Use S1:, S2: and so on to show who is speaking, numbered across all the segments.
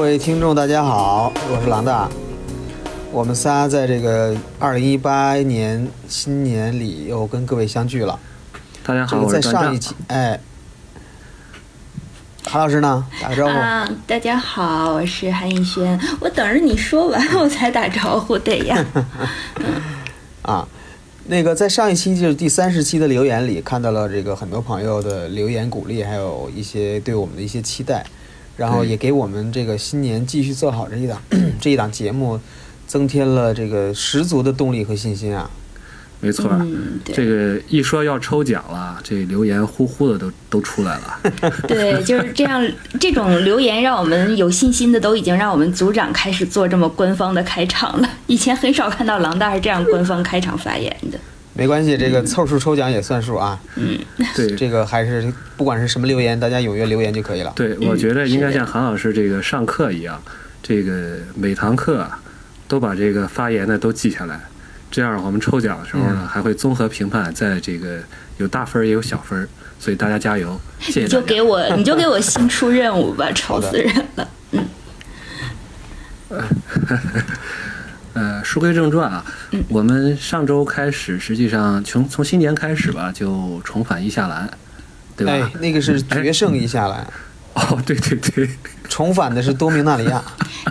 S1: 位听众，大家好，我是狼大。我们仨在这个二零一八年新年里又跟各位相聚了。
S2: 大家
S1: 这
S2: 好，
S1: 个
S2: 我
S1: 在
S2: 是段
S1: 上一
S2: 丈。
S1: 期，哎，韩老师呢？打个招呼。
S3: 啊，大家好，我是韩逸轩，我等着你说完我才打招呼的 呀。
S1: 啊，那个在上一期就是第三十期的留言里看到了这个很多朋友的留言鼓励，还有一些对我们的一些期待，然后
S2: 对
S1: 也给我们这个新年继续做好这一档 这一档节目增添了这个十足的动力和信心啊！
S2: 没错儿，
S3: 嗯，对
S2: 这个一说要抽奖了，这留言呼呼的都都出来 了。
S3: 对，就是这样，这种留言让我们有信心的都已经让我们组长开始做这么官方的开场了。 以前很少看到狼大是这样官方开场发言的。
S1: 没关系，这个凑数抽奖也算数啊！
S3: 嗯
S2: 对
S1: 这个还是不管是什么留言，大家踊跃留言就可以了。
S2: 对，
S3: 嗯
S2: 我觉得应该
S3: 是的
S2: 像韩老师这个上课一样，这个每堂课啊都把这个发言呢都记下来，这样我们抽奖的时候
S1: 嗯
S2: 呢还会综合评判，在这个有大分儿也有小分儿，所以大家加油，谢谢
S3: 你
S2: 大
S3: 就
S2: 家
S3: 给。我，你就给我新出任务吧，愁死人了。
S2: 呃，书归正传啊，
S1: 嗯
S2: 我们上周开始，实际上从从新年开始吧，就重返一下兰，对吧？
S1: 哎，那个是决胜一下
S3: 嗯
S1: 来，
S2: 哦，对对对，
S1: 重返的是多明纳里亚。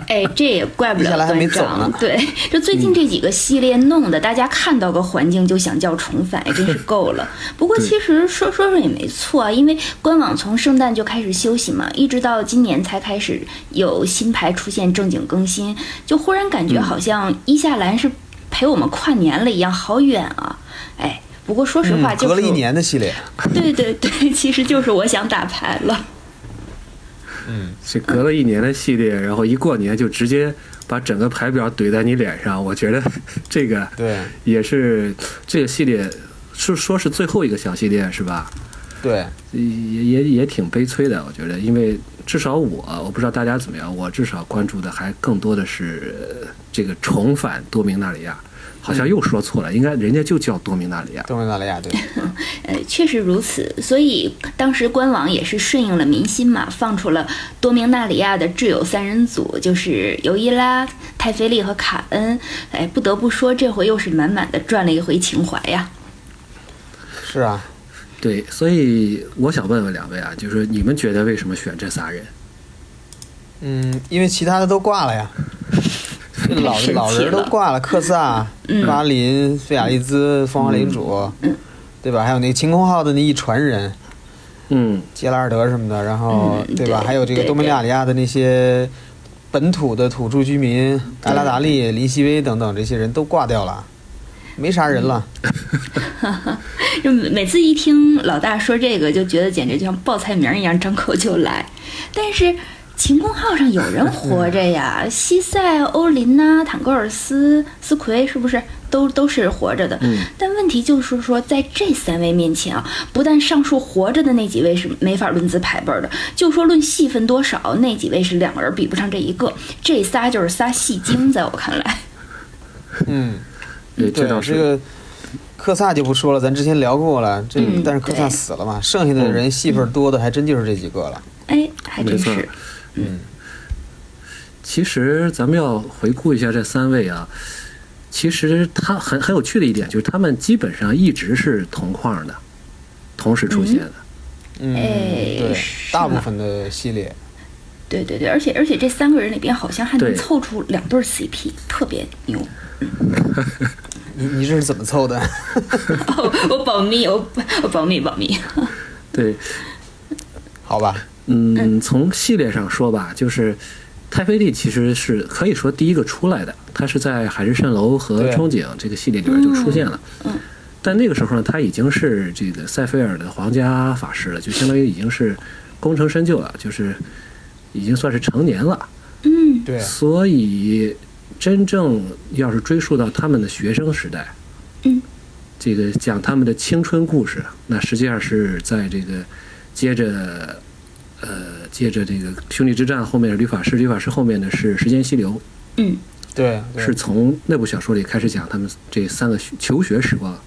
S3: 哎，这也怪不
S1: 接下
S3: 了
S1: 来还没
S3: 关
S1: 走呢
S3: 长。对，就最近这几个系列弄的，大家看到个环境就想叫重返，也真是够了。不过
S2: 对
S3: 其实说说说也没错啊，因为官网从圣诞就开始休息嘛，一直到今年才开始有新牌出现正经更新，就忽然感觉
S1: 嗯
S3: 好像伊夏兰是陪我们跨年了一样，好远啊！哎，不过说实话，
S1: 嗯
S3: 就是、
S1: 隔了一，年的系列，
S3: 对对对，其实就是我想打牌了。
S2: 这隔了一年的系列，然后一过年就直接把整个牌表怼在你脸上，我觉得 这个
S1: 对
S2: 也是这个系列是说是最后一个小系列是吧？
S1: 对，
S2: 也也也挺悲催的，我觉得，因为至少我我不知道大家怎么样，我至少关注的还更多的是呃这个重返多明纳里亚，好像又说错了，应该人家就叫多明纳里亚。
S1: 多明纳里亚对。
S3: 呃，确实如此，所以当时官网也是顺应了民心嘛，放出了多明纳里亚的挚友三人组，就是尤伊拉、泰菲利和卡恩。哎，不得不说，这回又是满满的赚了一回情怀呀。
S1: 是啊，
S2: 对，所以我想问问两位啊，就是你们觉得为什么选这仨人？
S1: 嗯，因为其他的都挂 了呀，这老
S3: 神奇
S1: 老人都
S3: 了嗯
S1: 挂了，克萨、巴林、菲亚利兹、风华领主，对吧？还有那个晴空号的那一船人，
S2: 嗯，
S1: 杰拉尔德什么的，然后
S3: 嗯
S1: 对吧？
S3: 对
S1: 还有这个
S3: 对
S1: 多米利亚里亚的那些本土的土著居民，埃拉达利、林希威等等这些人都挂掉了，没啥人了。
S3: 就每每次一听老大说这个，就觉得简直就像报菜名一样，张口就来。但是晴空号上有人活 着呀，西塞、欧林呐、坦格尔斯、斯奎是不是都都是活着的？
S2: 嗯
S3: 但问题就是说，在这三位面前啊，不但上述活着的那几位是没法论资排辈儿的，就说论戏份多少，那几位是两个人比不上这一个，这仨就是仨戏 精，在我看来。
S1: 嗯，
S2: 对，这
S1: 对
S2: 倒，
S1: 这
S2: 是。
S1: 个克萨就不说了，咱之前聊过了。这
S3: 嗯
S1: 但是克萨
S3: 对
S1: 死了嘛，剩下的人戏份多的还真就是这几个了。
S3: 哎，还真
S2: 没错
S3: 是，
S2: 其实咱们要回顾一下这三位啊，其实他很很有趣的一点就是他们基本上一直是同框的，同时出现的。
S1: 嗯，
S3: 哎
S1: 对，
S3: 是
S1: 大部
S3: 吗
S1: 分的系列，
S3: 对对对，而且而且这三个人里边好像还能
S2: 对
S3: 凑出两对儿 CP，特别牛。
S1: 你你这是怎么凑的？
S3: 哦， 我保密，我我保密保密。
S2: 对，
S1: 好吧，
S2: 嗯，从系列上说吧，就是泰菲利其实是可以说第一个出来的，他是在《海市蜃楼》和
S1: 对
S2: 《憧憬》这个系列里边就出现了。但那个时候呢，他已经是这个塞菲尔的皇家法师了，就相当于已经是功成身就了，就是已经算是成年了。
S3: 嗯，
S1: 对，
S2: 所以，真正要是追溯到他们的学生时代，
S3: 嗯，
S2: 这个讲他们的青春故事，那实际上是在这个接着，呃，接着这个兄弟之战后面的律法师，律法师后面的是时间溪流，
S3: 嗯，
S1: 对，对
S2: 是从那部小说里开始讲他们这三个学求学时光。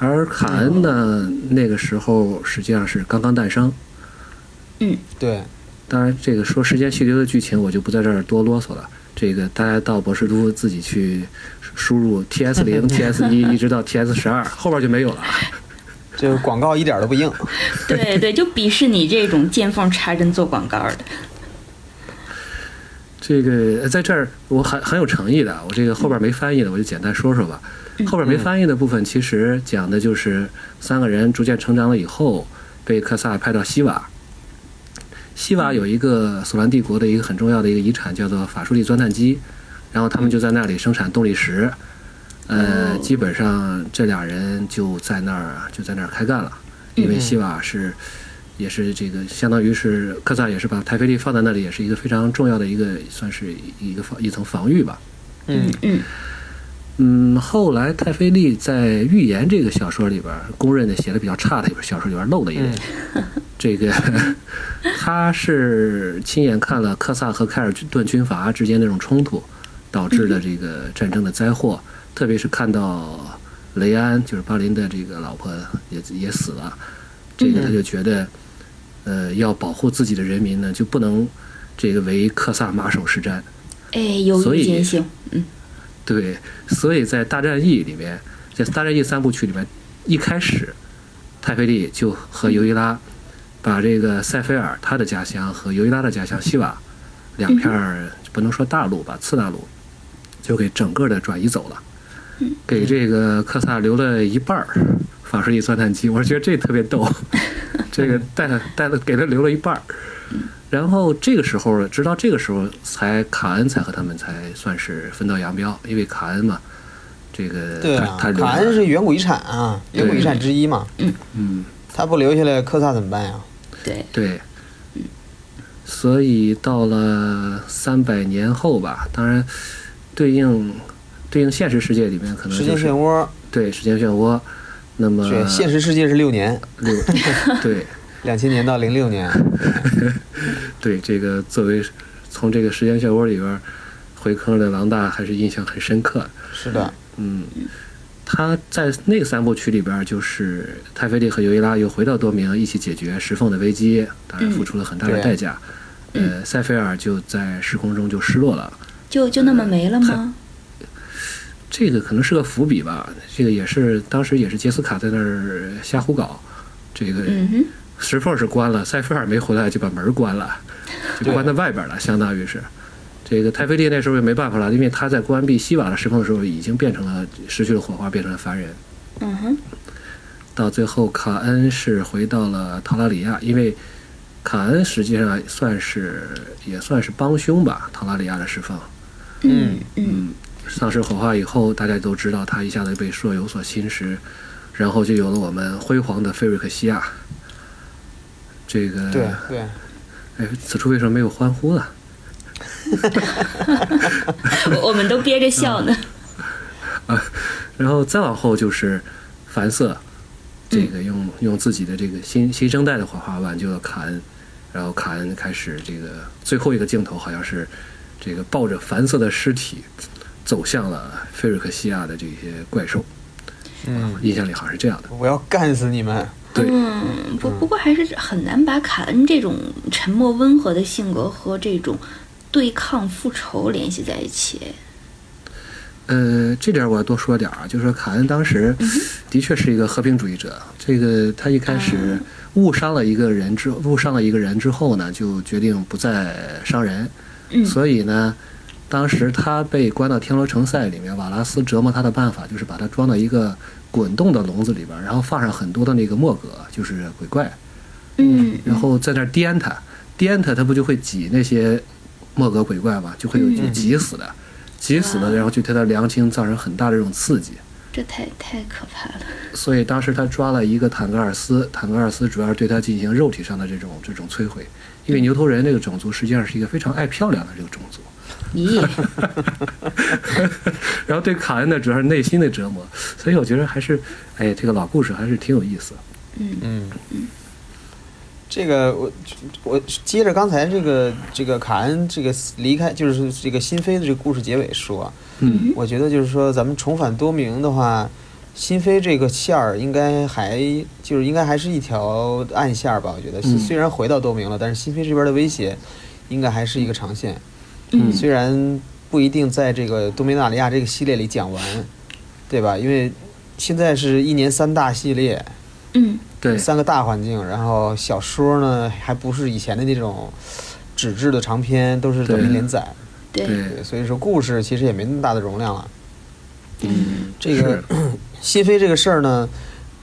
S2: 而卡
S1: 嗯
S2: 恩呢，那个时候实际上是刚刚诞生，
S3: 嗯，
S1: 对，
S2: 当然，这个说时间序流的剧情我就不在这儿多啰嗦了。这个大家到博士都自己去输入 T S 零、T S 一一直到 T S 十二，后边就没有了。
S1: 这个广告一点都不硬。
S3: 对对，就鄙视你这种见缝插针做广告的。
S2: 这个呃在这儿我很很有诚意的，我这个后边没翻译的我就简单说说吧。后边没翻译的部分其实讲的就是三个人逐渐成长了以后，被科萨派到西瓦。西瓦有一个索兰帝国的一个很重要的一个遗产，叫做法术力钻探机，然后他们就在那里生产动力石。呃，基本上这俩人就在那儿就在那儿开干了，因为西瓦是。也是这个，相当于是科萨也是把台菲利放在那里，也是一个非常重要的一个，算是一个防一层防御吧。
S1: 嗯
S3: 嗯
S2: 嗯，后来泰菲利在《预言》这个小说里边，公认的写的比较差的一本小说里边漏了一人。这个 他是亲眼看了科萨和凯尔顿军阀之间那种冲突导致的这个战争的灾祸，特别是看到雷安就是巴林的这个老婆也也死了，这个他就觉得。呃，要保护自己的人民呢，就不能这个为克萨马首是瞻。
S3: 哎，有
S2: 所以
S3: 意见性，嗯
S2: 对，所以在大战役里面，在大战役三部曲里面，一开始，泰菲利就和尤伊拉把这个塞菲尔他的家乡和尤伊拉的家乡西瓦两片儿不能说大陆吧，次大陆就给整个的转移走了，给这个克萨留了一半儿法术力钻探机，我觉得这特别逗，这个带了带了给他留了一半儿。然后这个时候，直到这个时候才卡恩才和他们才算是分道扬镳，因为卡恩嘛，这个
S1: 对
S2: 他、
S1: 啊
S2: 他，留
S1: 卡
S2: 了
S1: 恩是远古遗产啊，远古遗产之一嘛。
S2: 嗯
S1: 他不留下来，科萨怎么办呀？
S3: 对，
S2: 对，所以到了三百年后吧，当然对应对应现实世界里面可能
S1: 时
S2: 就
S1: 间
S2: 是
S1: 漩
S2: 嗯
S1: 涡，
S2: 对时间漩涡，那么
S1: 对，现实世界是六年，
S2: 六 对
S1: 两千年到零六年。
S2: 对这个作为从这个时间漩涡里边儿回坑的狼大还是印象很深刻的。
S1: 是的，
S2: 嗯，他在那三部曲里边，就是泰菲利和尤伊拉又回到多明一起解决石缝的危机，当然付出了很大的
S1: 对嗯
S2: 代价。呃，塞菲尔就在时空中就失落了，
S3: 就就那么没了吗？
S2: 嗯这个可能是个伏笔吧。这个也是当时也是杰斯卡在那儿瞎胡搞，这个
S3: 嗯哼，
S2: 石缝是关了，塞菲尔没回来就把门关了，就
S1: 对
S2: 关在外边了，相当于是。这个泰菲利那时候也没办法了，因为他在关闭西瓦的石缝的时候，已经变成了失去了火花，变成了凡人。
S3: 嗯哼，
S2: 到最后，卡恩是回到了唐拉里亚，因为卡恩实际上算是也算是帮凶吧，唐拉里亚的释放。
S1: 嗯
S3: 嗯
S2: 丧尸火化以后，大家都知道他一下子被朔有所侵蚀，然后就有了我们辉煌的菲瑞克西亚。这个
S1: 对对，
S2: 哎，此处为什么没有欢呼呢？
S3: 我我们都憋着
S2: 嗯
S3: 笑呢。
S2: 然后再往后就是凡瑟，这个用用自己的这个新新生代的火花挽救了卡恩，然后卡恩开始这个最后一个镜头好像是这个抱着凡瑟的尸体走向了菲瑞克西亚的这些怪兽，啊
S1: 嗯，
S2: 印象里好像是这样的。
S1: 我要干死你们！
S2: 对
S3: 嗯，不不过还是很难把卡恩这种沉默温和的性格和这种对抗复仇联系在一起。
S2: 呃，这点我要多说点儿啊，就是说卡恩当时的确是一个和平主义者。这个他一开始误伤了一个人之误伤了一个人之后呢，就决定不再伤人。
S3: 嗯
S2: 所以呢，当时他被关到天罗城塞里面，瓦拉斯折磨他的办法就是把他装到一个滚动的笼子里边儿，然后放上很多的那个墨葛，就是鬼怪，
S3: 嗯，
S2: 然后在那儿颠他，颠他，他不就会挤那些莫格鬼怪嘛，就会有就挤死的，挤死的，然后就对他良心造成很大的这种刺激。
S3: 这太太可怕了。
S2: 所以当时他抓了一个坦格尔斯，坦格尔斯主要是对他进行肉体上的这种这种摧毁，因为牛头人这个种族实际上是一个非常爱漂亮的这个种族，
S3: 咦，
S2: 然后对卡恩呢主要是内心的折磨，所以我觉得还是，哎，这个老故事还是挺有意思。
S1: 嗯，这个我我接着刚才这个这个卡恩这个离开就是这个新飞的这个故事结尾说啊，
S2: 嗯
S1: 我觉得就是说咱们重返多明的话，新飞这个线儿应该还就是应该还是一条暗线儿吧？我觉得、
S2: 嗯
S1: 虽然回到多明了，但是新飞这边的威胁应该还是一个长线。
S3: 嗯
S1: 虽然不一定在这个多米纳里亚这个系列里讲完，对吧？因为现在是一年三大系列，
S3: 嗯
S2: 对，
S1: 三个大环境，然后小说呢还不是以前的那种纸质的长篇，都是抖音
S2: 对
S1: 连载，
S3: 对，
S2: 对
S1: 对，，所以说故事其实也没那么大的容量了。
S2: 嗯，
S1: 这个
S2: 是
S1: 新飞这个事儿呢，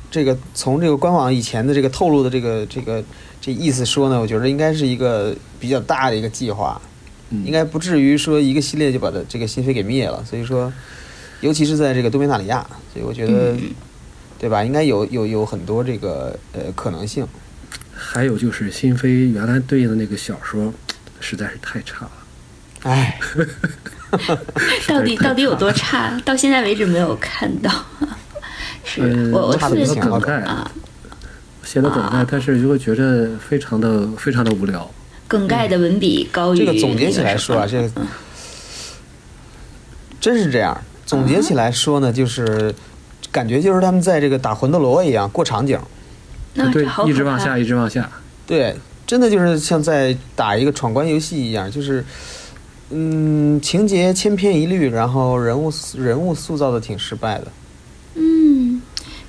S1: 这个从这个官网以前的这个透露的这个这个这意思说呢，我觉得应该是一个比较大的一个计划，
S2: 嗯
S1: 应该不至于说一个系列就把它这个新飞给灭了。所以说，尤其是在这个多米纳里亚，所以我觉得，对吧？应该有有有很多这个呃可能性。
S2: 还有就是新飞原来对应的那个小说，实在是太差了。
S1: 哎，
S3: 到底
S2: 太
S3: 到底有多差？到现在为止没有看到。是
S2: 呃，
S3: 我我
S1: 嗯差得不
S2: 写
S3: 是
S2: 的
S1: 行
S2: 梗
S1: 了
S2: 概，
S3: 啊，
S2: 写的梗概，但是就会觉得非常的非常的无聊。
S3: 梗概的文笔高于
S1: 这个总结起来说啊，
S3: 那
S1: 这
S3: 个
S1: 个真是这样。总结起来说呢，就是感觉就是他们在这个打魂斗罗一样过场景，
S3: 那
S2: 对
S3: 这好，
S2: 一
S3: 可
S2: 直往
S3: 怕
S2: 下，一直往下。
S1: 对，真的就是像在打一个闯关游戏一样，就是。嗯，情节千篇一律，然后人物人物塑造的挺失败的。
S3: 嗯，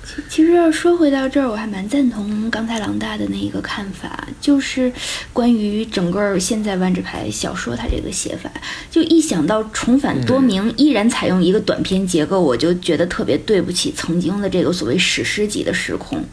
S3: 其其实要说回到这儿，我还蛮赞同刚才狼大的那一个看法，就是关于整个儿现在万智牌小说它这个写法，就一想到重返多名依然采用一个短篇结构，我就觉得特别对不起曾经的这个所谓史诗级的时空，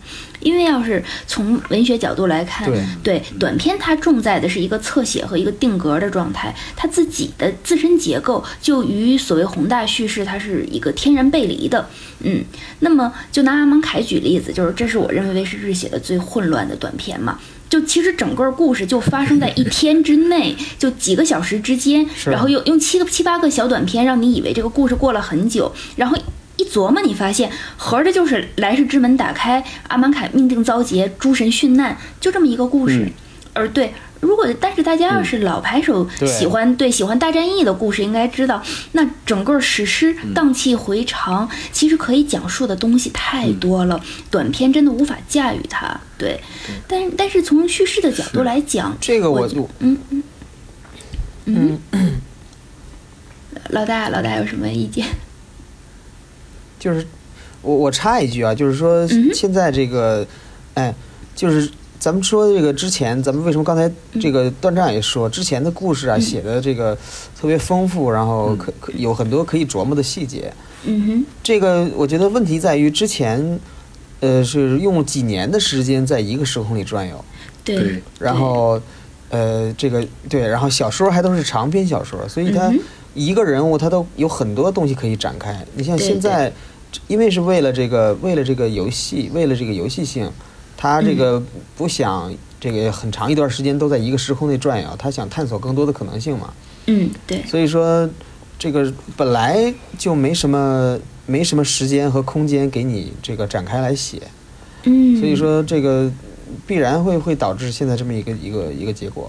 S3: 因为要是从文学角度来看，
S1: 对
S3: 对，短篇它重在的是一个侧写和一个定格的状态，它自己的自身结构就与所谓宏大叙事它是一个天然背离的。嗯，那么就拿阿芒凯举例子，就是这是我认为威士忌写的最混乱的短篇嘛。就其实整个故事就发生在一天之内，就几个小时之间，
S1: 是
S3: 然后用用七个七八个小短片，让你以为这个故事过了很久，然后一琢磨，你发现合着就是来世之门打开，阿芒凯命定遭劫，诸神殉难，就这么一个故事。
S2: 嗯
S3: 而对，如果但是大家要是老牌手
S1: 嗯对
S3: 喜欢、对喜欢大战役的故事，应该知道那整个史诗荡气回肠，其实可以讲述的东西太多了，短片真的无法驾驭它。对，但但是从叙事的角度
S2: 是
S3: 来讲，
S1: 这个我就
S3: 嗯嗯嗯，老大老大有什么意见？
S1: 就是我我插一句啊，就是说
S3: 嗯哼
S1: 现在这个，哎，就是咱们说这个之前，咱们为什么刚才
S3: 嗯
S1: 这个段丈也说之前的故事啊，写的这个特别丰富，然后可可有很多可以琢磨的细节。
S3: 嗯哼，
S1: 这个我觉得问题在于之前，呃，是用几年的时间在一个时空里转悠，
S3: 对
S2: 对，
S1: 然后。呃，这个对，然后小说还都是长篇小说，所以它
S3: 嗯哼
S1: 一个人物他都有很多东西可以展开。你像
S3: 对
S1: 现在，因为是为了这个，为了这个游戏，为了这个游戏性，他
S3: 嗯
S1: 这个不想这个很长一段时间都在一个时空内转悠，他想探索更多的可能性嘛。
S3: 嗯对，
S1: 所以说，这个本来就没什么没什么时间和空间给你这个展开来写，
S3: 嗯，
S1: 所以说这个必然会会导致现在这么一个一个一个结果。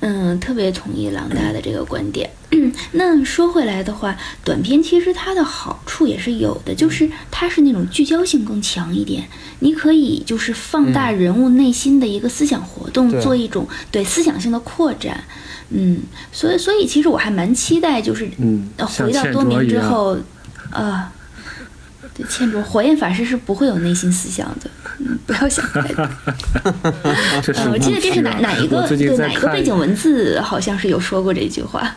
S3: 嗯，特别同意郎大的这个观点。 那说回来的话，短片其实它的好处也是有的，就是它是那种聚焦性更强一点，你可以就是放大人物内心的一个思想活动，
S1: 对
S3: 做一种对思想性的扩展。嗯，所以所以其实我还蛮期待，就是
S2: 嗯
S3: 呃，
S2: 像
S3: 回到
S2: 倩
S3: 多
S2: 卓
S3: 明
S2: 一
S3: 之
S2: 样
S3: 后，啊，对，倩卓火焰法师是不会有内心思想的，嗯，不要想太多。
S2: 这是
S3: 呃，我记得这是哪
S2: 误区啊
S3: 哪一个
S2: 我最
S3: 对
S2: 近在
S3: 哪一个
S2: 看
S3: 背景文字，好像是有说过这句话。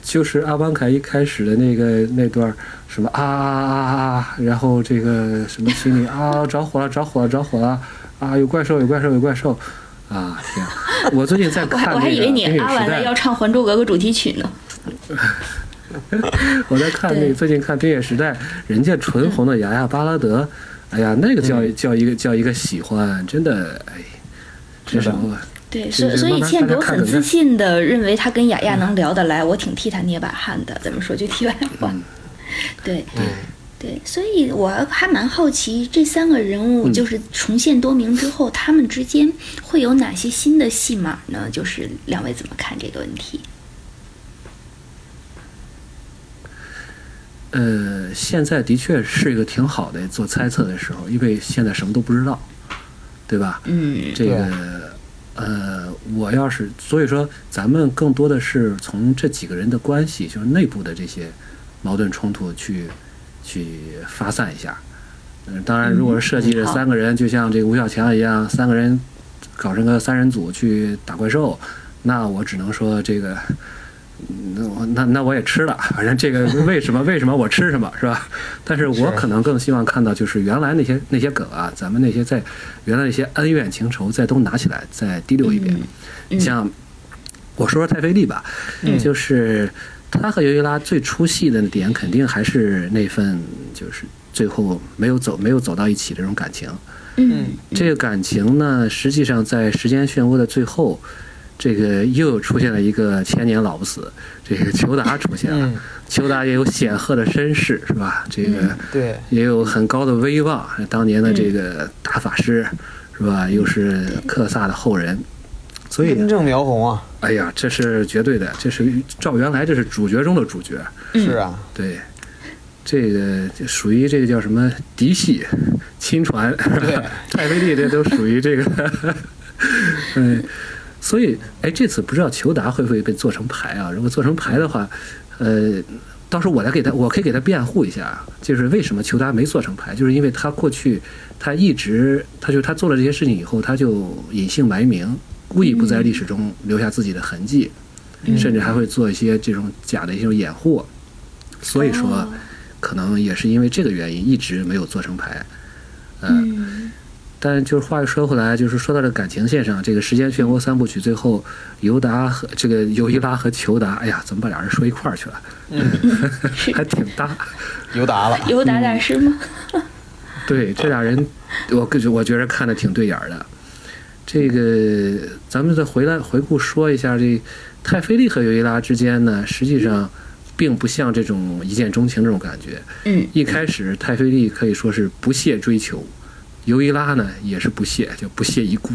S2: 就是阿邦凯一开始的那个那段儿什么啊啊啊啊啊，然后这个什么心里啊着火了着火了着火了啊有怪兽有怪兽有怪兽啊天啊！我最近在
S3: 我还
S2: 看
S3: 我还
S2: 那
S3: 以
S2: 个
S3: 为
S2: 《
S3: 你
S2: 冰与时
S3: 阿完了
S2: 代
S3: 要》，唱《还珠格格》主题曲呢。
S2: 我在看那
S3: 对
S2: 个最近看《冰与时代》，人家唇红的雅亚巴拉德，
S1: 嗯
S2: 哎呀那个叫叫一个叫一个喜欢，真的哎，这
S1: 是
S2: 什
S1: 的
S2: 么
S3: 对，
S2: 这
S3: 所以
S2: 这
S3: 所以
S2: 慢慢
S3: 倩
S2: 大家
S3: 卓
S2: 看
S3: 很
S2: 着
S3: 自
S2: 呢
S3: 信的认为她跟雅亚能聊得来，我挺替她捏把汗的。怎么说句题外话，
S2: 嗯
S3: 对。
S1: 嗯
S3: 对，所以我还蛮好奇，这三个人
S2: 嗯
S3: 物就是重现多名之后，他们之间会有哪些新的戏码呢？就是两位怎么看这个问题？
S2: 呃，现在的确是一个挺好的做猜测的时候，因为现在什么都不知道，对吧？
S3: 嗯
S2: 这个，呃，我要是所以说，咱们更多的是从这几个人的关系，就是内部的这些矛盾冲突去去发散一下。嗯，当然，如果是设计
S3: 嗯
S2: 这
S3: 好
S2: 三个人，就像这个吴小强一样，三个人搞成个三人组去打怪兽，那我只能说这个。那我那那我也吃了，反正这个为什么为什么我吃什么是吧？但是我
S1: 是
S2: 可能更希望看到就是原来那些那些梗啊，咱们那些在原来那些恩怨情仇再都拿起来再滴溜一遍。
S3: 嗯
S2: 像我说说太妃丽吧，就是她和尤伊拉最出戏的点，肯定还是那份就是最后没有走没有走到一起这种感情。
S3: 嗯
S2: 这个感情呢，实际上在时间漩涡的最后，这个又出现了一个千年老不死，这个裘达出现了。
S1: 嗯，
S2: 裘达也有显赫的身世，是吧？这个。
S1: 嗯对，嗯
S2: 也有很高的威望。当年的这个大法师，是吧？又是克萨的后人，所以，
S1: 根正苗红啊，
S2: 哎呀，这是绝对的，这是照原来这是主角中的主角，
S3: 嗯
S1: 是啊，
S2: 对。这个就属于这个叫什么嫡系亲传，
S1: 对
S2: 太妃帝这都属于这个，嗯，所以哎，这次不知道裘达会不会被做成牌啊？如果做成牌的话，呃，到时候我来给他，我可以给他辩护一下，啊就是为什么裘达没做成牌，就是因为他过去他一直，他就他做了这些事情以后，他就隐姓埋名，故意不在历史中留下自己的痕迹，甚至还会做一些这种假的一种掩护，所以说。
S3: 哦
S2: 可能也是因为这个原因，一直没有做成牌。呃
S3: 嗯
S2: 但就是话又说回来，就是说到这感情线上，这个时间漩涡三部曲最后，尤达和这个尤伊拉和裘达，哎呀，怎么把俩人说一块儿去了？
S3: 是
S2: 还挺搭。
S1: 尤达了，
S3: 尤达大师吗？
S2: 对，这俩人，我感觉我觉着看的挺对眼儿的。这个，咱们再回来回顾说一下，这泰菲利和尤伊拉之间呢，实际上并不像这种一见钟情这种感觉。
S3: 嗯
S2: 一开始，泰菲利可以说是不懈追求，尤伊拉呢也是不懈，就不屑一顾。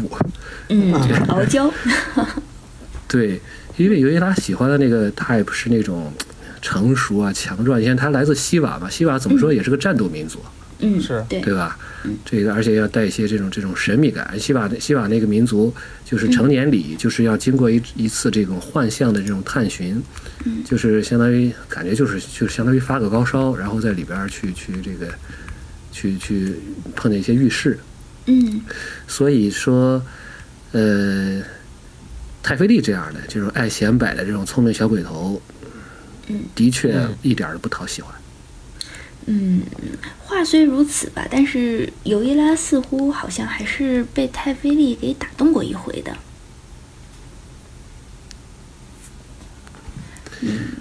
S3: 嗯，傲娇，
S2: 对，因为尤伊拉喜欢的那个 type 是那种成熟啊、强壮，因为他来自西瓦嘛，西瓦怎么说也是个战斗民族，
S3: 嗯
S1: 是
S3: 对，
S2: 对吧？这个而且要带一些这种这种神秘感。西瓦西瓦那个民族就是成年礼，就是要经过一一次这种幻象的这种探寻，就是相当于感觉就是就相当于发个高烧，然后在里边儿去去这个去去碰见一些浴室。
S3: 嗯
S2: 所以说，呃，泰菲利这样的这种爱显摆的这种聪明小鬼头，的确一点儿都不讨喜欢。
S3: 嗯，话虽如此吧，但是尤伊拉似乎好像还是被泰菲利给打动过一回的。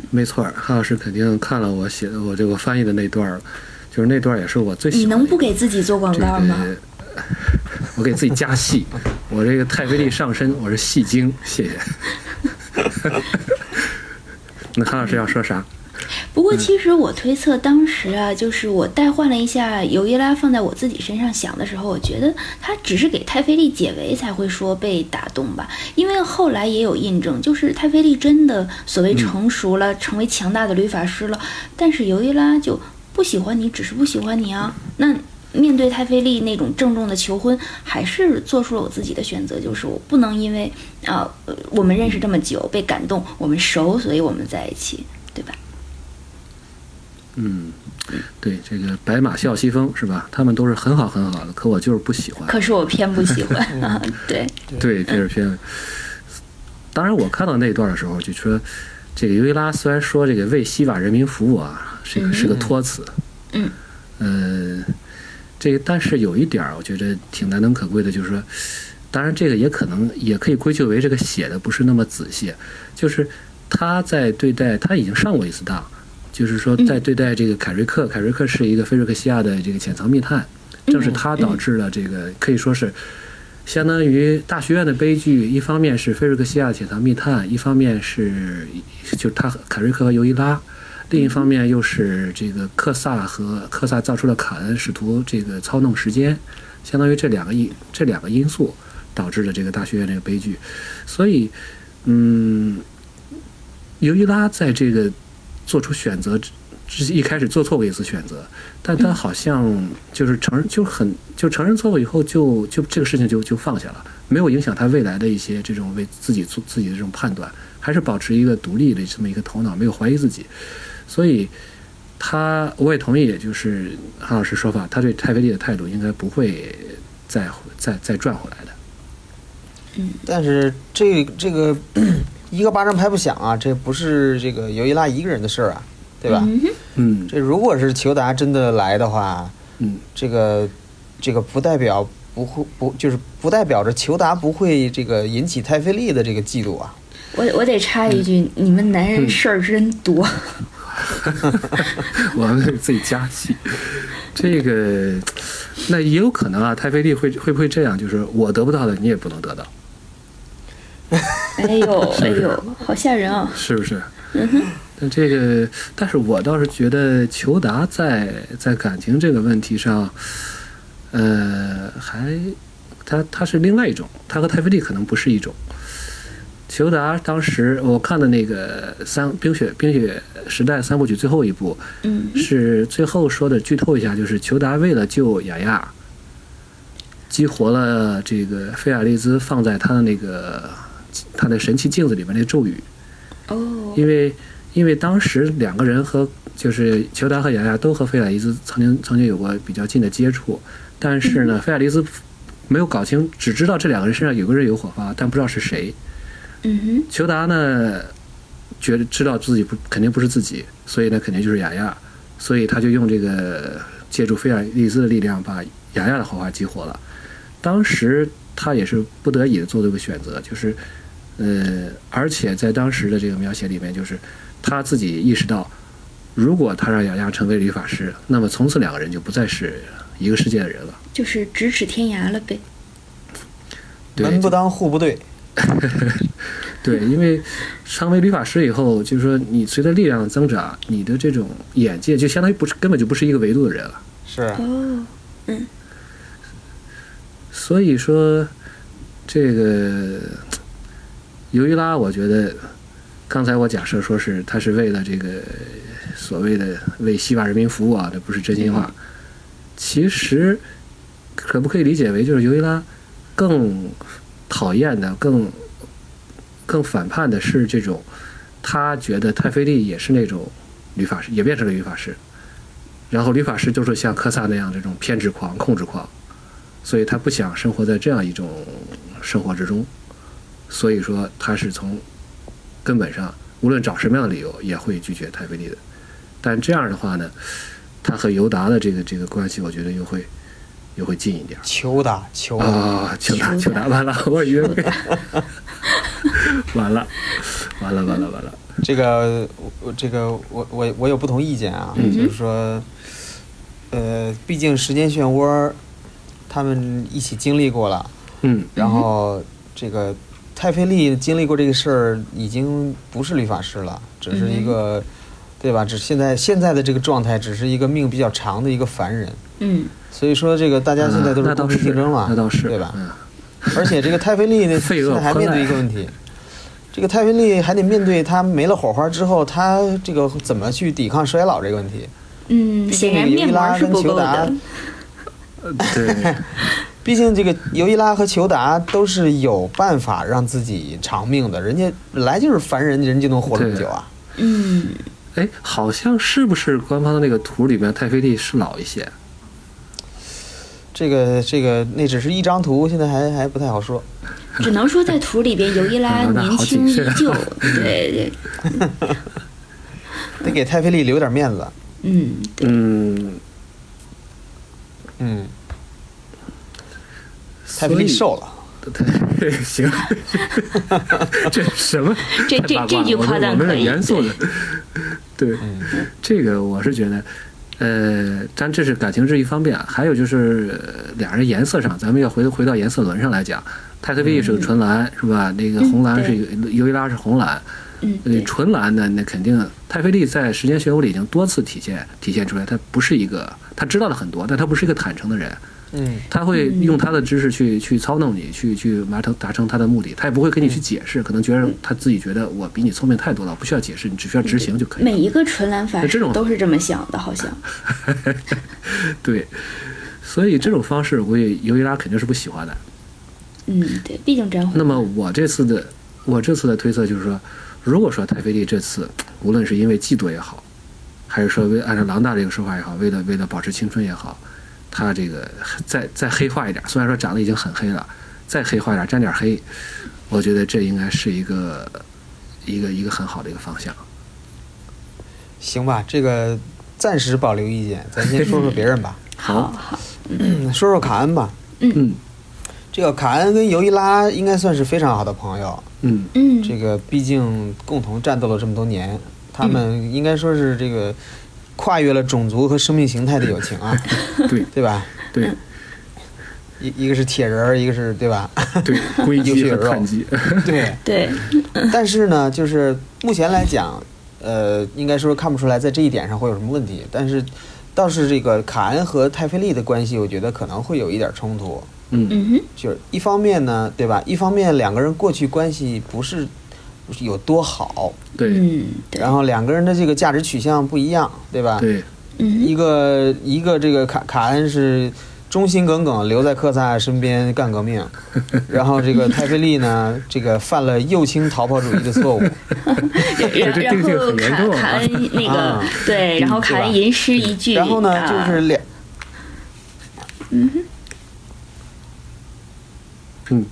S2: 没错儿，韩老师肯定看了我写的我这个翻译的那段儿，就是那段儿也是我最喜
S3: 你
S2: 欢的
S3: 能不给自己做广
S2: 这
S3: 告吗？
S2: 个， 我给自己加 戏，我这个泰菲利上身，我是戏精，谢 谢。那韩老师要说啥？
S3: 不过其实我推测当时啊，就是我代换了一下尤伊拉放在我自己身上想的时候，我觉得他只是给泰菲利解围才会说被打动吧，因为后来也有印证，就是泰菲利真的所谓成熟了，成为强大的律法师了，但是尤伊拉就不喜欢你，只是不喜欢你啊，那。面对泰菲利那种郑重的求婚，还是做出了我自己的选择，就是我不能因为啊、呃我们认识这么久被感动，我们熟，所以我们在一起，对吧？
S2: 嗯，对，这个白马啸西风是吧？他们都是很好很好的，可我就是不喜欢。
S3: 可是我偏不喜欢啊， 对，
S2: 对，这是片尾。当然，我看到那一段的时候，就说这个尤伊拉虽然说这个为西瓦人民服务啊，是个是个托词，
S3: 嗯，
S2: 呃，这个但是有一点儿，我觉得挺难能可贵的，就是说，当然这个也可能也可以归咎为这个写的不是那么仔细，就是他在对待他已经上过一次当，就是说在对待这个凯瑞克，凯瑞克是一个菲瑞克西亚的这个潜藏密探，正是他导致了这个可以说是。相当于大学院的悲剧，一方面是菲瑞克西亚的《铁堂密探》，一方面是就是他和凯瑞克和尤伊拉，另一方面又是这个克萨和克萨造出了卡恩，试图这个操弄时间，相当于这两个因这两个因素导致了这个大学院这个悲剧，所以，嗯，尤伊拉在这个做出选择之一开始做错过一次选择，但他好像就是承认，就很就承认错误以后就，就这个事情就就放下了，没有影响他未来的一些这种为自己做自己的这种判断，还是保持一个独立的这么一个头脑，没有怀疑自己。所以他，我也同意，就是韩老师说法，他对太妃帝的态度应该不会再再再转回来的。
S1: 但是这这个 一个巴掌拍不响啊，这不是这个尤伊拉一个人的事儿啊，对吧？
S3: 嗯哼，
S2: 嗯
S1: 这如果是裘达真的来的话，
S2: 嗯
S1: 这个这个不代表不会不就是不代表着裘达不会这个引起太妃丽的这个嫉妒啊。
S3: 我我得插一句，你们男人事儿真多。
S2: 我们自己加戏。这个，那也有可能啊，太妃帝会会不会这样？就是我得不到的，你也不能得到，
S3: 哎呦哎呦，好吓人啊！
S2: 是不是？但这个，但是我倒是觉得裘达在在感情这个问题上，呃，还他他是另外一种，他和太妃帝可能不是一种。裘达当时我看的那个三冰雪冰雪时代三部曲最后一部，
S3: 嗯，
S2: 是最后说的，剧透一下，就是裘达为了救雅雅，激活了这个菲亚丽兹放在他的那个他的神奇镜子里面那个咒语，
S3: 哦，
S2: 因为因为当时两个人和就是裘达和雅雅都和菲亚丽兹曾经曾经有过比较近的接触，但是呢，菲亚丽兹没有搞清，只知道这两个人身上有个人有火花，但不知道是谁。
S3: 嗯
S2: 裘达呢，觉得知道自己不肯定不是自己，所以呢肯定就是雅雅，所以他就用这个借助菲尔丽兹的力量把雅雅的火花激活了。当时他也是不得已的做这个选择，就是呃，而且在当时的这个描写里面，就是他自己意识到，如果他让雅雅成为理发师，那么从此两个人就不再是一个世界的人了。
S3: 哼，就是咫尺天涯了呗。
S2: 对
S1: 门不当户不对，
S2: 对，因为成为理发师以后，就是说你随着力量的增长，你的这种眼界就相当于不是根本就不是一个维度的人了。
S1: 是
S3: 哦，
S2: 所以说，这个尤伊拉，我觉得刚才我假设说是他是为了这个所谓的为希腊人民服务啊，这不是真心话。其实可不可以理解为就是尤伊拉更讨厌的、更更反叛的是这种，他觉得泰菲利也是那种律法师，也变成了律法师，然后律法师就是像科萨那样这种偏执狂、控制狂。所以他不想生活在这样一种生活之中，所以说他是从根本上，无论找什么样的理由，也会拒绝泰菲利的。但这样的话呢，他和尤达的这个这个关系，我觉得又会又会近一点儿
S1: 裘达裘达。
S2: 啊！求达求达，完了， 我以为完了，完了，完了，完了。
S1: 这个我这个我我我有不同意见啊，
S2: 嗯
S1: 就是说，呃，毕竟时间漩涡，他们一起经历过了，
S2: 嗯
S1: 然后这个泰菲利经历过这个事儿，已经不是律法师了，只
S2: 嗯
S1: 是一个，对吧？只现在现在的这个状态，只是一个命比较长的一个凡人。
S3: 嗯，
S1: 所以说，这个大家现在都
S2: 嗯那
S1: 是
S2: 倒
S1: 公平
S2: 是
S1: 竞争嘛，
S2: 那倒是，
S1: 对吧？
S2: 嗯
S1: 而且这个泰菲利 呢，
S2: 废
S1: 现
S2: 恶
S1: 在还面对一个问题，这个泰菲利还得面对他没了火花之后，他这个怎么去抵抗衰老这个问题。
S3: 嗯，
S1: 毕竟
S3: 显然面膜是不够的。
S2: 呃对，
S1: 毕竟这个尤伊拉和裘达都是有办法让自己长命的，人家本来就是凡人，人就能活这么久啊。
S3: 嗯，
S2: 哎，好像是不是官方的那个图里面，泰菲利是老一些？
S1: 这个这个那只是一张图，现在还还不太好说。
S3: 只能说在图里边，尤伊拉
S2: 那
S3: 年
S2: 好谨
S3: 轻依
S2: 慎啊
S3: 旧。对对，
S1: 得给泰菲利留点面子。
S3: 嗯，对，
S2: 嗯，
S1: 嗯，泰菲利
S2: 所以
S1: 瘦了，
S2: 对， 行，这什么？
S3: 这这
S2: 太八卦了
S3: 这句夸赞
S2: 我们我
S3: 可
S2: 们是
S3: 以。
S2: 严肃的。 对，
S1: 嗯
S2: 这个我是觉得，呃，但这是感情这一方面啊，还有就是呃俩人颜色上，咱们要回回到颜色轮上来讲，泰特
S3: 嗯
S2: 币是个纯蓝，是吧？那个红蓝是尤伊拉是红蓝，
S3: 嗯，
S2: 呃，
S3: 对，
S2: 纯蓝的那肯定，泰菲利在时间漩涡里已经多次体现体现出来，他不是一个他知道了很多，但他不是一个坦诚的人，
S1: 嗯
S2: 他会用他的知识去去操弄你，去去达成达成他的目的，他也不会跟你去解释，可能觉得他自己觉得我比你聪明太多了，我不需要解释，你只需要执行就可以
S3: 每
S2: 了。
S3: 一个纯蓝法
S2: 那这
S3: 师
S2: 种
S3: 都是这么想的，好像。
S2: 对，所以这种方式，我估计尤伊拉肯定是不喜欢的。
S3: 嗯，对，毕竟真火。
S2: 那么我这次的我这次的推测就是说，如果说泰菲利这次无论是因为嫉妒也好，还是说为按照狼大这个说法也好，为了为了保持青春也好，他这个再再黑化一点，虽然说长得已经很黑了，再黑化一点，沾点黑，我觉得这应该是一个一个一个很好的一个方向。
S1: 行吧，这个暂时保留意见，咱先说说别人吧，
S3: 好好，
S1: 嗯说说卡恩吧。
S2: 嗯
S1: 这个卡恩跟尤伊拉应该算是非常好的朋友，
S2: 嗯
S3: 嗯，嗯
S1: 这个毕竟共同战斗了这么多年，他们应该说是这个跨越了种族和生命形态的友情 啊，
S2: 对
S1: 对吧？
S2: 对
S1: 一一个是铁人儿，一个是对吧？
S2: 对，硅
S1: 有血
S2: 基和
S1: 有肉
S2: 碳基，
S1: 对。
S3: 对，
S1: 但是呢，就是目前来讲，呃，应该说看不出来在这一点上会有什么问题。但是，倒是这个卡恩和泰菲利的关系，我觉得可能会有一点冲突。
S2: 嗯
S3: 嗯哼，
S1: 就是一方面呢，对吧？一方面两个人过去关系不是不是有多好，
S2: 对
S3: 嗯，对，
S1: 然后两个人的这个价值取向不一样，对吧？
S2: 对
S3: 嗯
S1: 一个一个这个卡卡恩是忠心耿耿留在科萨身边干革 命，然后这个泰菲利呢，这个犯了右倾逃跑主义的错误，
S3: 哼，然
S2: 这
S3: 然
S2: 定性
S3: 后
S2: 很严
S3: 卡
S2: 重啊
S3: 卡恩那个
S1: 啊
S3: 对，然后卡恩吟诗一句，
S1: 然后呢
S3: 啊
S1: 就是两
S2: 嗯，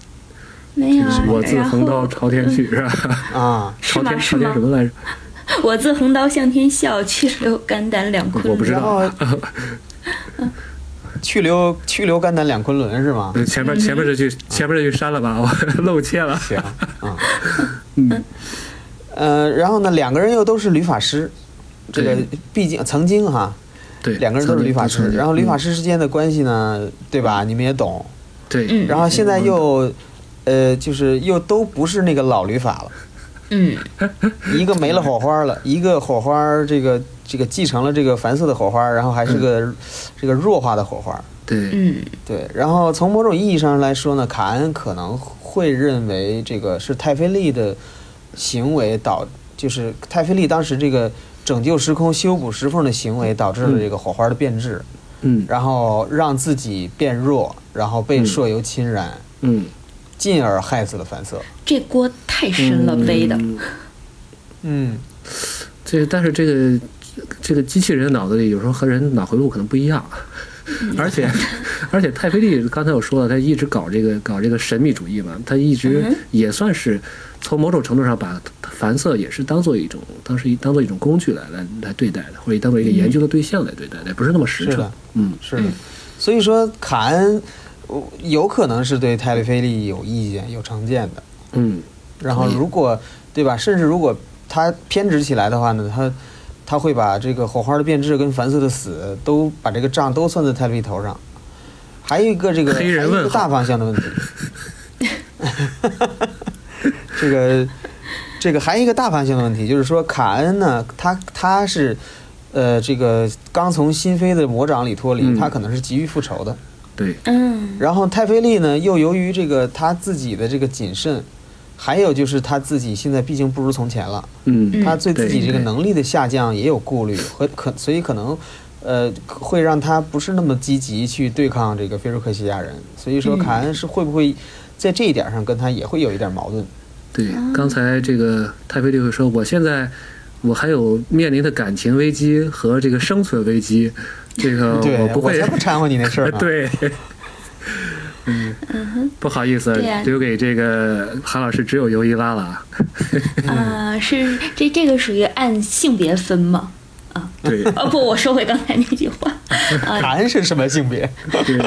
S3: 没有啊，
S2: 我自
S3: 然后
S2: 横刀朝天去是吧？
S1: 啊，
S3: 是
S2: 朝
S3: 吗
S2: 天
S3: 是
S2: 朝天
S3: 吗
S2: 什？么来着？
S3: 我自横刀向天笑，去留肝胆两昆仑。
S2: 我不知
S1: 然
S2: 道
S1: 后 去留去留肝胆两昆仑是吗？
S2: 对嗯前面前面这句前面这句删了吧，我 露怯了。
S1: 行啊，嗯，呃，然后呢，两个人又都是旅法师，这个
S2: 对
S1: 毕竟曾经哈、
S2: 对，
S1: 两个人都是
S2: 曾
S1: 理
S2: 经
S1: 发师，然后理发，
S2: 嗯
S1: 师之间的关系呢，对吧？你们也懂。
S2: 对
S3: 嗯
S1: 然后现在又，呃，就是又都不是那个老理发了，
S3: 嗯，
S1: 一个没了火花了，一个火花这个这个继承了这个繁色的火花，然后还是个这个弱化的火花。
S2: 对
S3: 嗯，
S1: 对，然后从某种意义上来说呢，卡恩可能会认为这个是泰菲利的行为导，就是泰菲利当时这个拯救时空、修补时缝的行为导致了这个火花的变质。
S2: 嗯
S1: 然后让自己变弱，然后被朔游侵染，
S2: 嗯，
S1: 进而害死了凡瑟。
S3: 这锅太深了，背的。
S2: 嗯
S1: 嗯，
S2: 这但是这个这个机器人脑子里有时候和人脑回路可能不一样，
S3: 嗯
S2: 而且 而且泰菲利刚才我说了，他一直搞这个搞这个神秘主义嘛，他一直
S3: 嗯哼
S2: 也算是从某种程度上把凡瑟也是当做一种当时一当做一种工具来来来对待的，或者当做
S3: 嗯
S2: 一个研究的对象来对待的，不是那么实
S1: 是
S2: 诚
S1: 的。
S2: 嗯，
S1: 是的。所以说，卡恩呃有可能是对泰利菲利有意见、有成见的。
S2: 嗯，
S1: 然后，如果对吧，甚至如果他偏执起来的话呢，他他会把这个火花的变质跟凡瑟的死都把这个账都算在泰利菲头上。还有一个这个
S2: 黑人
S1: 还有一
S2: 问
S1: 个
S2: 号
S1: 大方向的问题， 这个这个还有一个大方向的问题，就是说卡恩呢，他他是呃这个刚从新飞的魔掌里脱离，
S2: 嗯
S1: 他可能是急于复仇的。
S2: 对，
S3: 嗯
S1: 然后泰菲利呢，又由于这个他自己的这个谨慎，还有就是他自己现在毕竟不如从前了，
S2: 嗯
S3: 嗯
S1: 他对自己这
S2: 对
S1: 个
S2: 对
S1: 能力的下降也有顾虑，和可所以可能。呃，会让他不是那么积极去对抗这个菲洛克西亚人，所以
S2: 嗯
S1: 说卡恩是会不会在这一点上跟他也会有一点矛盾？
S2: 对
S3: 啊，
S2: 刚才这个泰菲利会说，我现在我还有面临的感情危机和这个生存危机，这个
S1: 对，
S2: 嗯不会
S1: 才，不啊掺和你那事儿呢。
S2: 对，嗯，不好意思
S3: 对啊呀，
S2: 留给这个韩老师只有尤伊拉了啊，
S3: 啊，是这这个属于按性别分吗？
S2: 对
S3: 哦不，我收回刚才那句话。
S1: 卡恩是什么性别？
S2: 对，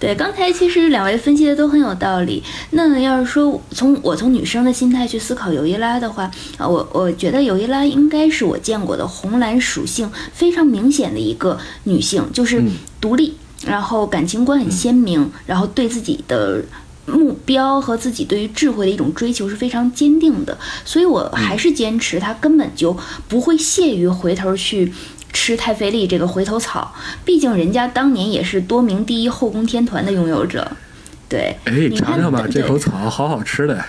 S3: 对，刚才其实两位分析的都很有道理。那要是说从我从女生的心态去思考尤伊拉的话，啊，我我觉得尤伊拉应该是我见过的红蓝属性非常明显的一个女性，就是
S2: 嗯
S3: 独立，然后感情观很鲜明，然后对自己的。目标和自己对于智慧的一种追求是非常坚定的，所以我还是坚持她根本就不会屑于回头去吃太妃栗这个回头草，毕竟人家当年也是多名第一后宫天团的拥有者。对，
S2: 哎，
S3: 你
S2: 尝
S3: 看
S2: 尝吧，
S3: 对
S2: 这口草好好吃的。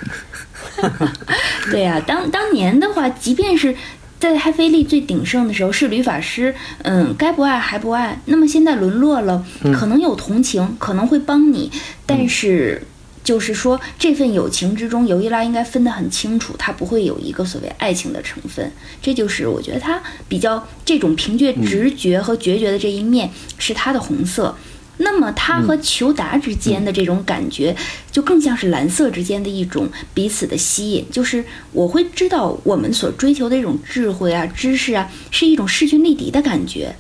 S3: 对呀、当当年的话，即便是在太妃历最鼎盛的时候，是吕法师，嗯，该不爱还不爱。那么现在沦落了，可能有同情，可能会帮你，但是。就是说，这份友情之中，尤伊拉应该分得很清楚，它不会有一个所谓爱情的成分。这就是我觉得他比较这种凭借直觉和决绝的这一面是他的红色。那么他和裘达之间的这种感觉，就更像是蓝色之间的一种彼此的吸引。就是我会知道我们所追求的一种智慧啊、知识啊，是一种势均力敌的感觉。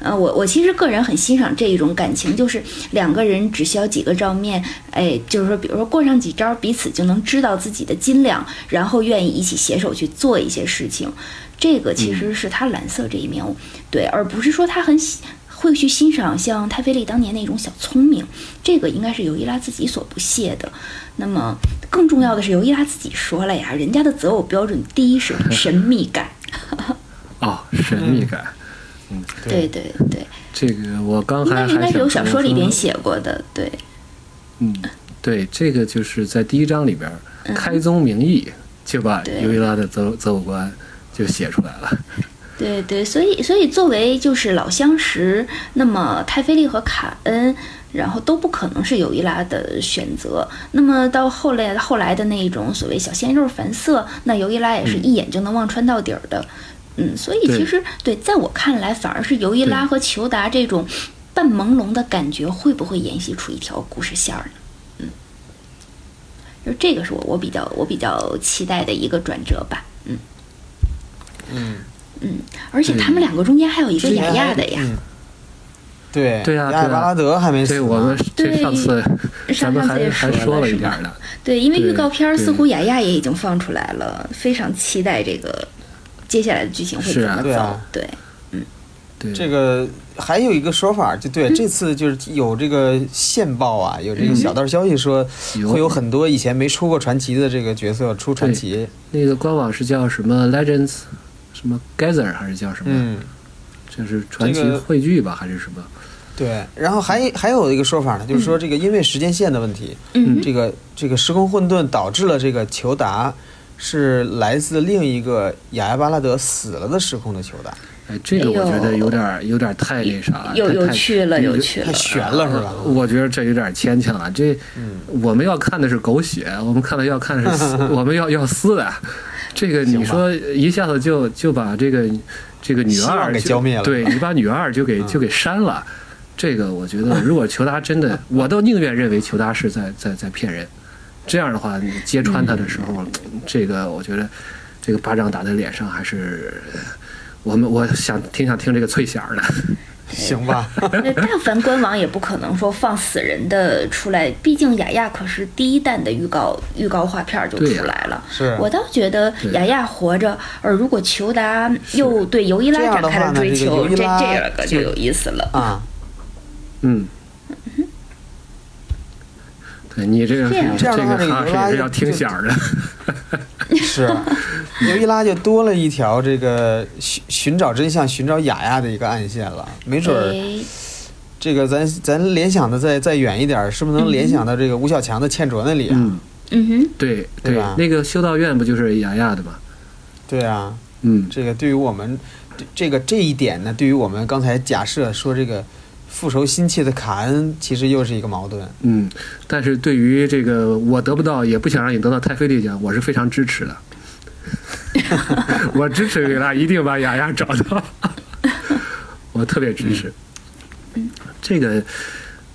S3: 呃，我我其实个人很欣赏这一种感情，就是两个人只需要几个照面，哎，就是说，比如说过上几招，彼此就能知道自己的斤两，然后愿意一起携手去做一些事情。这个其实是他蓝色这一面，对，而不是说他很喜会去欣赏像泰菲利当年那种小聪明，这个应该是尤伊拉自己所不屑的。那么更重要的是，尤伊拉自己说了呀，人家的择偶标准第一是神秘感，
S2: 哦，神秘感，
S3: 嗯对对对，
S2: 这个我刚
S3: 应
S2: 才
S3: 该应
S2: 还
S3: 该是有
S2: 想
S3: 小
S2: 说
S3: 说里边
S2: 说
S3: 写过的，对。
S2: 嗯，对，这个就是在第一章里边，开宗明义就把
S3: 嗯对
S2: 尤伊拉的择择偶观就写出来了。
S3: 对对，所以所以作为就是老相识，那么泰菲利和卡恩，然后都不可能是尤伊拉的选择。那么到后来后来的那一种所谓小鲜肉凡瑟，那尤伊拉也是一眼就能望穿到底儿的。嗯，所以
S2: 对
S3: 其实对，在我看来，反而是尤伊拉
S2: 对
S3: 和裘达这种半朦胧的感觉，会不会延续出一条故事线儿呢？嗯，就这个是我我比较我比较期待的一个转折吧。嗯。
S1: 嗯，
S3: 而且他们两个中间还有一个
S1: 之
S3: 雅
S1: 前
S3: 雅
S1: 还
S3: 的呀，
S1: 嗯对
S2: 对呀
S1: 雅尔
S2: 对呀
S1: 巴拉德还没死
S2: 对
S1: 呢。
S2: 我们这
S3: 对
S2: 上次 咱
S3: 上
S2: 们
S3: 上次
S2: 还
S3: 也
S2: 还
S3: 说
S2: 说
S3: 了
S2: 了一
S3: 是
S2: 点
S3: 吧
S2: 儿呢。
S3: 对，因为
S2: 对
S3: 预告片儿
S2: 对
S3: 似乎雅雅也已经放出来了，非常期待这个接下来的剧情会
S2: 是
S3: 怎
S2: 啊
S3: 么
S1: 对
S3: 走
S1: 啊。
S3: 对，
S2: 对，
S1: 这个还有一个说法，就对，这次就是有这个线报啊，有这个小道消息说
S2: 有
S1: 会有很多以前没出过传奇的这个角色出传奇。
S2: 那个官网是叫什么 Legends，什么 Gather 还是叫什么？
S1: 嗯，
S2: 这是传奇
S1: 这个
S2: 汇聚吧，还是什么？
S1: 对。然后还还有一个说法呢，就是说这个因为时间线的问题，
S3: 嗯
S1: 这个这个时空混沌导致了这个裘达是来自另一个雅亚巴拉德死了的时空的裘达，
S2: 哎，这个我觉
S3: 哎
S2: 得
S3: 呦
S2: 有点儿有点儿太那啥，
S3: 有
S2: 嗯太
S3: 有
S2: 太
S3: 趣了，有
S2: 有
S3: 趣
S1: 太
S3: 了。
S1: 悬了是吧？嗯
S2: 我觉得这有点牵强了。这我们要看的是狗血，我们看的要看的是 撕我们要要撕的。这个你说一下子就就把这个这个女
S1: 希
S2: 二
S1: 望给
S2: 就
S1: 浇灭了嗯
S2: 对你把女二就给就给删了。这个我觉得，如果裘达真的，我都宁愿认为裘达是在在在骗人。这样的话，你揭穿他的时候，
S1: 嗯
S2: 这个我觉得，这个巴掌打在脸上还是。我们我想挺想听这个脆响儿的，
S1: 行吧？
S3: 那但凡官网也不可能说放死人的出来，毕竟雅雅可是第一弹的预告预告画片儿就
S2: 对呀
S3: 出来了。
S1: 是。啊
S3: 我倒觉得
S2: 对
S3: 雅雅活着，而如果裘达又对尤伊拉
S1: 这样
S3: 展
S1: 的
S3: 开
S1: 话
S3: 了
S1: 呢
S3: 追
S1: 这个
S3: 求，
S1: 尤伊
S3: 这
S1: 拉
S3: 这个就
S1: 就
S3: 有意思了。
S1: 啊，
S2: 嗯，对你这个
S3: 这样
S2: 这
S1: 这样的话
S2: 个哈
S1: 这个
S2: 也是
S1: 拉
S2: 要听响儿的，
S1: 是，尤伊拉就多了一条这个寻寻找真相、寻找雅雅的一个暗线了。没准儿
S3: 哎
S1: 这个咱咱联想的再再远一点儿，是不是能联想到这个吴小强的《欠卓》那里啊？
S2: 嗯，
S3: 嗯哼，
S2: 对
S1: 对吧
S2: 那个修道院不就是雅雅的吗？
S1: 对啊，
S2: 嗯，
S1: 这个对于我们这这个这一点呢，对于我们刚才假设说这个复仇心切的卡恩，其实又是一个矛盾。
S2: 嗯，但是对于这个我得不到，也不想让你得到太妃丽奖，我是非常支持的。 我支持维拉，一定把雅雅找到， 我特别支持。
S1: 嗯
S2: 这个，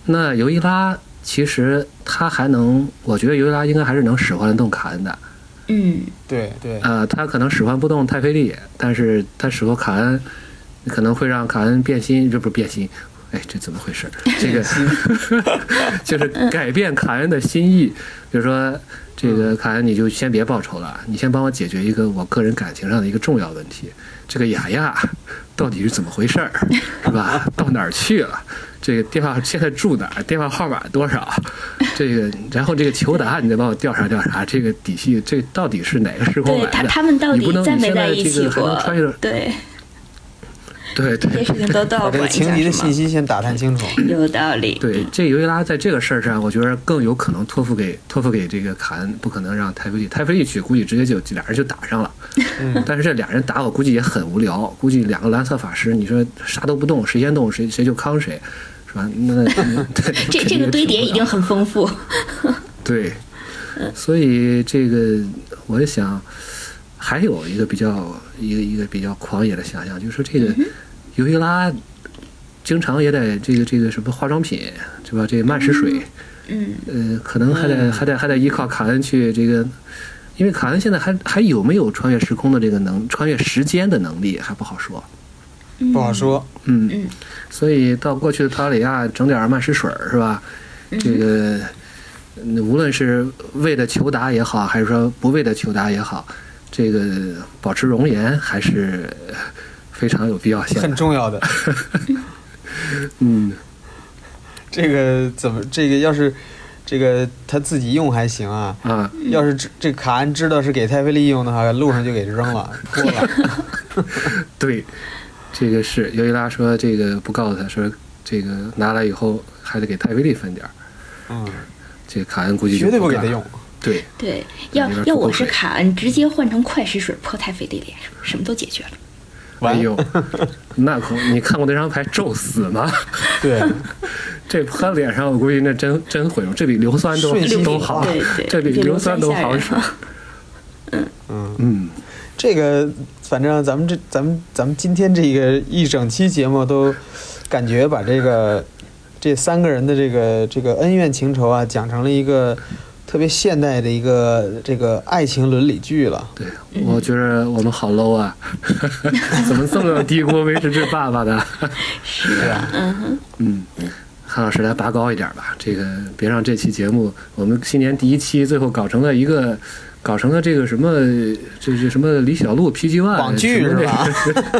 S2: 那尤伊拉其实他还能，我觉得尤伊拉应该还是能使唤得动卡恩的。
S3: 嗯。
S1: 对对，
S2: 呃，他可能使唤不动太妃利，但是他使唤卡恩，可能会让卡恩变心，这不是变心，哎，这怎么回事儿？这个 就是改变卡恩的心意，比如说这
S3: 嗯
S2: 个卡恩，你就先别报仇了，你先帮我解决一个我个人感情上的一个重要问题，这个雅雅到底是怎么回事儿，是吧？到哪儿去了？这个电话现在住哪儿？电话号码多少？这个，然后这个求达，你再帮我调查调查，这个底细，这到底是哪个时空
S3: 对
S2: 来
S3: 他
S2: 的？
S3: 他们到
S2: 你不
S3: 底
S2: 能
S3: 在没
S2: 你现在
S3: 一
S2: 这
S3: 起
S2: 个还
S3: 过
S2: 能穿越？
S3: 对，
S2: 对
S3: 这些
S2: 对
S3: 事情都都要
S1: 把这
S3: 管
S1: 个
S3: 一下，
S1: 情敌的
S3: 是
S1: 信
S3: 吗？
S1: 息先打探清楚。
S3: 有道理，
S2: 对，这尤伊拉在这个事儿上，我觉得更有可能托付给托付给这个卡恩，不可能让泰菲利。泰菲利去，估计直接就俩人就打上了。
S1: 嗯
S2: 但是这俩人打，我估计也很无聊。估计两个蓝色法师，你说啥都不动，谁先动谁谁就康谁，是吧？那 那对
S3: 这
S2: 肯
S3: 这
S2: 定
S3: 个堆叠
S2: 挺
S3: 嗯
S2: 无
S3: 一
S2: 聊
S3: 定很 丰
S2: 嗯
S3: 富。
S2: 对，所以这个我想还有一个比较一个一个比较狂野的想象，就是说这
S3: 嗯
S2: 个尤伊拉经常也得这个这个什么化妆品对吧？这个曼石水，
S3: 嗯，
S2: 呃，可能还得
S1: 嗯
S2: 还得还得依靠卡恩去这个。因为卡恩现在还还有没有穿越时空的这个能穿越时间的能力还不好说，
S3: 嗯
S1: 不好。 说，
S2: 嗯
S3: 嗯，
S2: 所以到过去的塔里亚整点儿曼石水儿是吧？这个嗯无论是为了求达也好，还是说不为了求达也好，这个保持容颜还是呃非常有必要性
S1: 很
S2: 的。
S1: 重要的。
S2: 嗯，
S1: 这个怎么？这个要是这个他自己用还行啊，
S2: 啊，
S1: 要是知这卡恩知道是给泰菲利用的话，路上就给扔了，破了。
S2: 对，这个是尤伊拉说这个不告诉他说这个拿来以后还得给泰菲利分点儿，
S1: 嗯，
S2: 这个卡恩估计就
S1: 绝对不给
S2: 干
S1: 他
S2: 了
S1: 用。。
S2: 对，
S3: 对，要
S2: 里边
S3: 要
S2: 不够
S3: 我是
S2: 水
S3: 卡恩，直接换成快食水泼太妃的脸上，什么都解决了。
S2: 哎
S1: 完
S2: 呦， 那可你看过那张牌咒死吗？
S1: 对，嗯
S2: 这泼脸上，我估计那真真毁容，这比硫酸都
S1: 瞬息
S2: 都
S1: 不
S2: 好，
S3: 对对，
S2: 这比
S3: 比
S2: 硫
S3: 硫
S2: 酸
S3: 酸
S2: 都
S3: 吓
S2: 好
S3: 人
S2: 使。
S1: 嗯，
S2: 嗯，
S1: 这个反正咱们这咱们咱们今天这个一整期节目都感觉把这个这三个人的这个这个恩怨情仇啊，讲成了一个特别现代的一个这个爱情伦理剧了。
S2: 对，我觉得我们好 low 啊， 怎么这么低估威士忌爸爸的？
S3: 是啊，嗯哼，
S2: 嗯，韩老师来拔高一点吧，这个别让这期节目我们新年第一期最后搞成了一个。搞成了这个什么，这是什么李小璐 PG One
S1: 网剧是吧？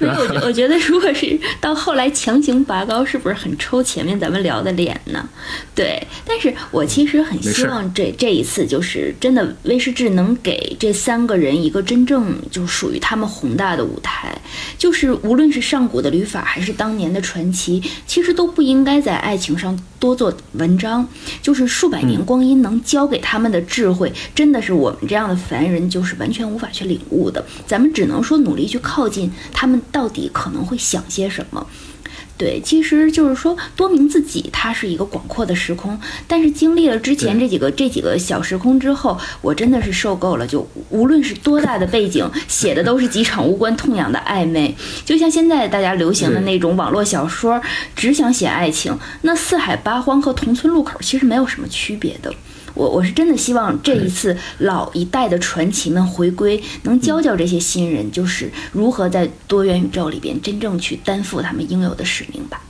S3: 没有，我觉我觉得如果是到后来强行拔高，是不是很抽前面咱们聊的脸呢？对，但是我其实很
S2: 没
S3: 希
S2: 事儿
S3: 望这这一次就是真的威士忌能给这三个人一个真正就属于他们宏大的舞台，就是无论是上古的旅法还是当年的传奇，其实都不应该在爱情上多做文章。就是数百
S2: 嗯
S3: 年光阴能教给他们的智慧，真的是我们这样的凡人就是完全无法去领悟的。咱们只能说努力去靠近他们，到底可能会想些什么。对，其实就是说，多明自己它是一个广阔的时空，但是经历了之前
S2: 对
S3: 这几个这几个小时空之后，我真的是受够了。就无论是多大的背景，写的都是几场无关痛痒的暧昧，就像现在大家流行的
S2: 对
S3: 那种网络小说，只想写爱情，那四海八荒和同村路口其实没有什么区别的。我我是真的希望这一次老一代的传奇们回归，能
S1: 嗯
S3: 教教这些新人，就是如何在多元宇宙里边真正去担负他们应有的使命吧。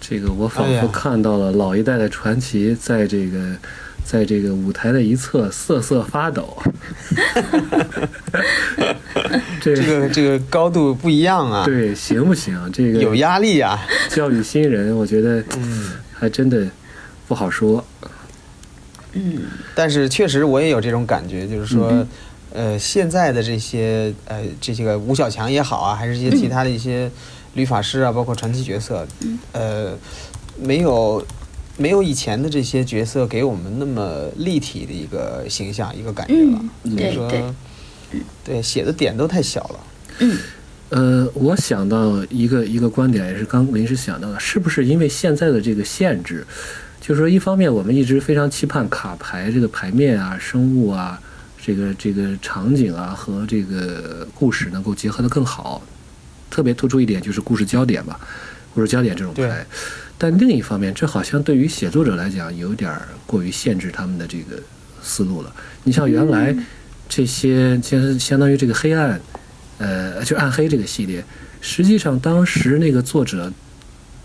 S2: 这个我仿
S1: 哎呀
S2: 佛看到了老一代的传奇，在这个，在这个舞台的一侧瑟瑟发 抖。这
S1: 这个这个高度不一样啊，
S2: 对行不行？这
S1: 有嗯
S2: 个
S1: 压力啊。
S2: 教育新人，我觉得还真的不好说。
S3: 嗯，
S1: 但是确实我也有这种感觉，就是说，呃，现在的这些呃这些个吴小强也好啊，还是一些其他的一些律法师啊，包括传奇角色，
S3: 嗯
S1: 呃，没有没有以前的这些角色给我们那么立体的一个形象一个感觉了，所
S3: 嗯
S1: 以
S3: 对
S1: 说
S3: 对，
S1: 对写的点都太小了。
S2: 呃，我想到一个一个观点，也是刚临时想到的，是不是因为现在的这个限制，就是说，一方面我们一直非常期盼卡牌这个牌面啊、生物啊、这个这个场景啊和这个故事能够结合得更好，特别突出一点就是故事焦点吧，故事焦点这种
S1: 对
S2: 牌。但另一方面，这好像对于写作者来讲有点儿过于限制他们的这个思路了。你像原来这些，相相当于这个黑暗，呃，就暗黑这个系列，实际上当时那个作者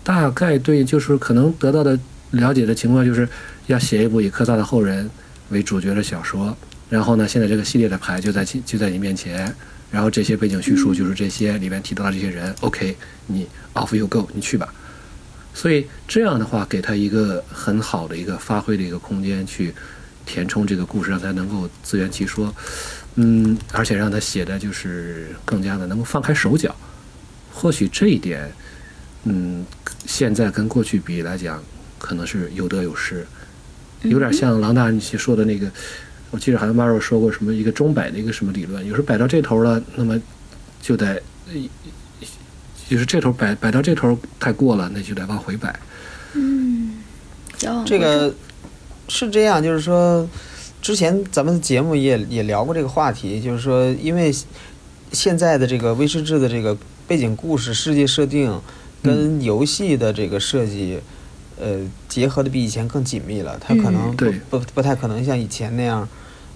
S2: 大概对就是可能得到的了解的情况就是要写一部以科萨的后人为主角的小说，然后呢，现在这个系列的牌就在其就在你面前，然后这些背景叙述就是这些里面提到的这些人，OK，你 off you go，你去吧。所以这样的话，给他一个很好的一个发挥的一个空间去填充这个故事，让他能够自圆其说。嗯，而且让他写的就是更加的能够放开手脚。或许这一点，嗯，现在跟过去比来讲，可能是有得有失，有点像郎大你说的那个，我记得好像 Maro 说过什么一个钟摆的一个什么理论，有时候摆到这头了，那么就得，呃就是这头摆摆到这头太过了，那就得往回摆。
S3: 嗯，交往
S1: 这个是这样，就是说，之前咱们节目也也聊过这个话题，就是说，因为现在的这个威士忌的这个背景故事、世界设定跟游戏的这个设计，呃，结合的比以前更紧密了。它可能
S2: 嗯
S1: 不、
S2: 对
S1: 不不太可能像以前那样，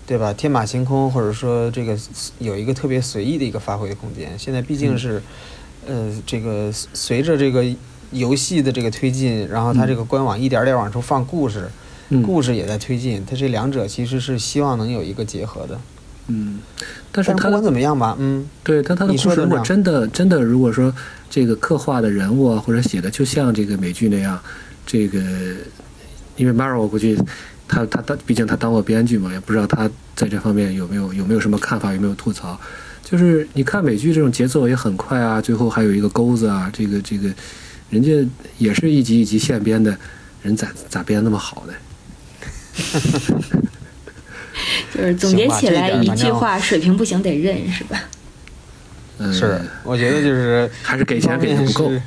S1: 对吧？天马行空，或者说这个有一个特别随意的一个发挥的空间。现在毕
S2: 嗯
S1: 竟是。呃，这个随随着这个游戏的这个推进，然后它这个官网一点儿点儿往出放故事，
S2: 嗯，
S1: 故事也在推进，它这两者其实是希望能有一个结合的。
S2: 嗯，但是
S1: 但是
S2: 他
S1: 不管怎么样吧，嗯，
S2: 对，但他的
S1: 你
S2: 故
S1: 说
S2: 事
S1: 的
S2: 如
S1: 这
S2: 果
S1: 样
S2: 真的真的，如果说这个刻画的人物啊，或者写的就像这个美剧那样，这个因为 Maro 我估计他他他毕竟他当过编剧嘛，也不知道他在这方面有没有有没有什么看法，有没有吐槽。就是你看美剧这种节奏也很快啊，最后还有一个钩子啊，这个这个人家也是一集一集现编的，人咋咋编那么好呢？
S3: 就是总结起来一句
S1: 行吧
S3: 话，水平不行得认是吧？
S2: 嗯，
S1: 是，我觉得就是
S2: 还是给
S1: 一
S2: 钱
S1: 方
S2: 给的
S1: 面
S2: 不够。
S1: 是，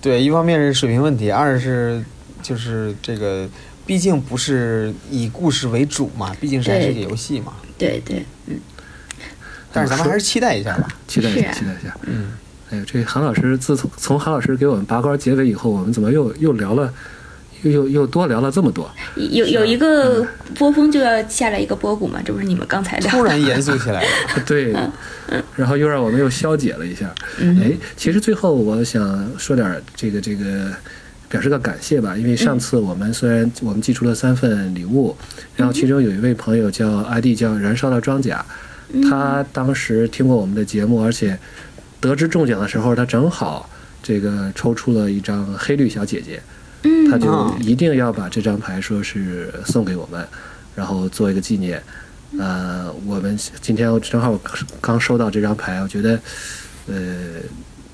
S1: 对，一方面是水平问题，二是就是这个。毕竟不是以故事为主嘛，毕竟是还是个
S3: 对
S1: 游戏嘛。
S3: 对对，
S1: 但是咱们还是期待一下吧。
S2: 期待一
S3: 是
S2: 下，
S3: 啊
S2: 期待一下。
S1: 嗯，
S2: 哎呦，这韩老师自从从韩老师给我们拔高结尾以后，我们怎么又又聊了，又又又多聊了这么多？
S3: 有有
S1: 啊
S3: 一个波峰就要下来一个波谷嘛，这不是你们刚 才
S1: 嗯突
S3: 聊的？
S1: 然严肃起来了。
S2: 对，然后又让我们又消解了一下。
S3: 嗯
S2: 哎，其实最后我想说点儿这个这个，表示个感谢吧，因为上次我们虽然我们寄出了三份礼物，然后其中有一位朋友叫 ID 叫燃烧的庄稼，他当时听过我们的节目，而且得知中奖的时候，他正好这个抽出了一张黑绿小姐姐，
S3: 嗯
S2: 他就
S1: 嗯
S2: 一定要把这张牌说是送给我们，然后做一个纪念。呃，我们今天我正好刚收到这张牌，我觉得呃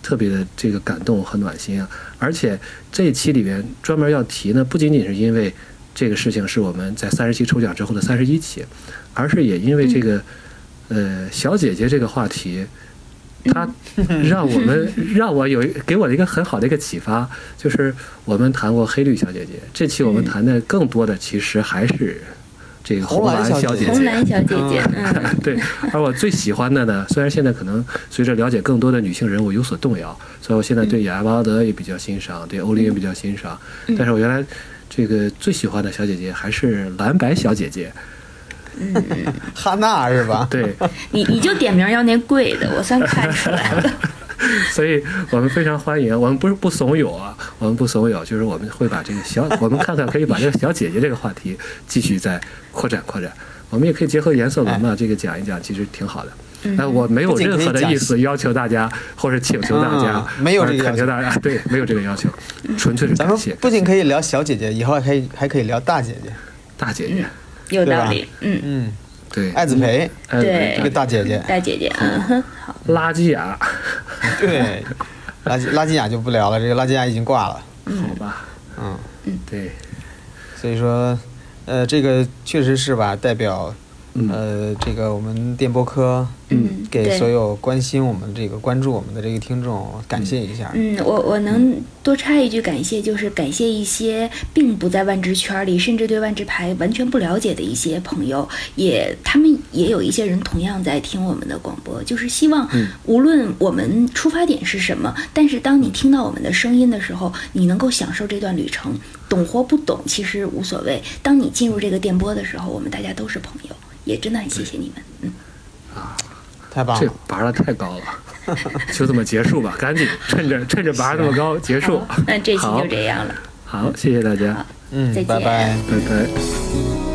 S2: 特别的这个感动和暖心啊。而且这一期里边专门要提呢，不仅仅是因为这个事情是我们在三十期抽奖之后的三十一期，而是也因为
S1: 嗯
S2: 这个、呃小姐姐这个话题，
S1: 嗯
S2: 它让我们让我有一给我的一个很好的一个启发，就是我们谈过黑绿小姐姐，这期我们谈的更多的其实还是这个红
S1: 嗯红蓝
S2: 蓝
S1: 小
S2: 小
S1: 姐
S2: 姐
S1: 姐
S3: 红
S2: 姐。
S3: 蓝小姐姐， 嗯，
S2: 对，而我最喜欢的呢，虽然现在可能随着了解更多的女性人物有所动摇，所以我现在
S1: 嗯
S2: 对雅巴德也比较欣赏，对欧琳也比较欣赏，但是我原来这个最喜欢的小姐姐还是蓝白小姐姐，
S1: 哈娜是吧？
S2: 对，
S3: 你你就点名要那贵的，我算看出来 了。
S2: 所以我们非常欢迎，我们不是不怂恿啊，我们不怂恿，就是我们会把这个小，我们看看可以把这个小姐姐这个话题继续再扩展扩展，我们也可以结合颜色轮嘛，这个讲一讲，其实挺好的。
S3: 嗯
S2: 那我没有
S1: 不仅可以
S2: 任何的
S1: 讲
S2: 意思要求大家，或者请求大家，
S1: 嗯没有
S2: 或者
S1: 这个
S2: 恳求大家，对，没有这个要求，
S3: 嗯
S2: 纯粹是
S1: 咱
S2: 感
S1: 们
S2: 谢
S1: 不仅可以聊小姐姐，以后还可以还可以聊大姐姐。
S2: 大姐姐，
S3: 有道理，嗯，
S1: 嗯，
S2: 对，
S1: 艾子培
S2: 哎
S3: 对
S1: 呃这个大姐姐，
S3: 大姐姐，嗯哼，好，
S2: 垃圾啊雅，嗯
S1: 对，拉基拉基亚就不聊了，这个拉基亚已经挂了。
S2: 好吧，
S1: 嗯，
S2: 对，
S1: 所以说，呃，这个确实是吧，代表
S2: 嗯，
S1: 呃这个我们电波科
S3: 嗯，
S1: 给
S3: 对
S1: 所有关心我们这个关注我们的这个听众感谢一下。
S3: 嗯，我我能多插一句感谢，就是感谢一些并不在万智圈里，甚至对万智牌完全不了解的一些朋友，也他们也有一些人同样在听我们的广播，就是希望无论我们出发点是什么，但是当你听到我们的声音的时候，你能够享受这段旅程，懂或不懂其实无所谓。当你进入这个电波的时候，我们大家都是朋友，也真的很谢谢你们。嗯，
S1: 太棒
S2: 这
S1: 了，
S2: 拔的太高了，就这么结束吧，赶紧趁着趁着拔得那么高结束
S3: 好，那这期
S2: 好
S3: 就这样了，
S2: 好，谢谢大家，
S1: 嗯
S3: 再，见
S1: 拜拜。
S2: 拜拜。
S3: 拜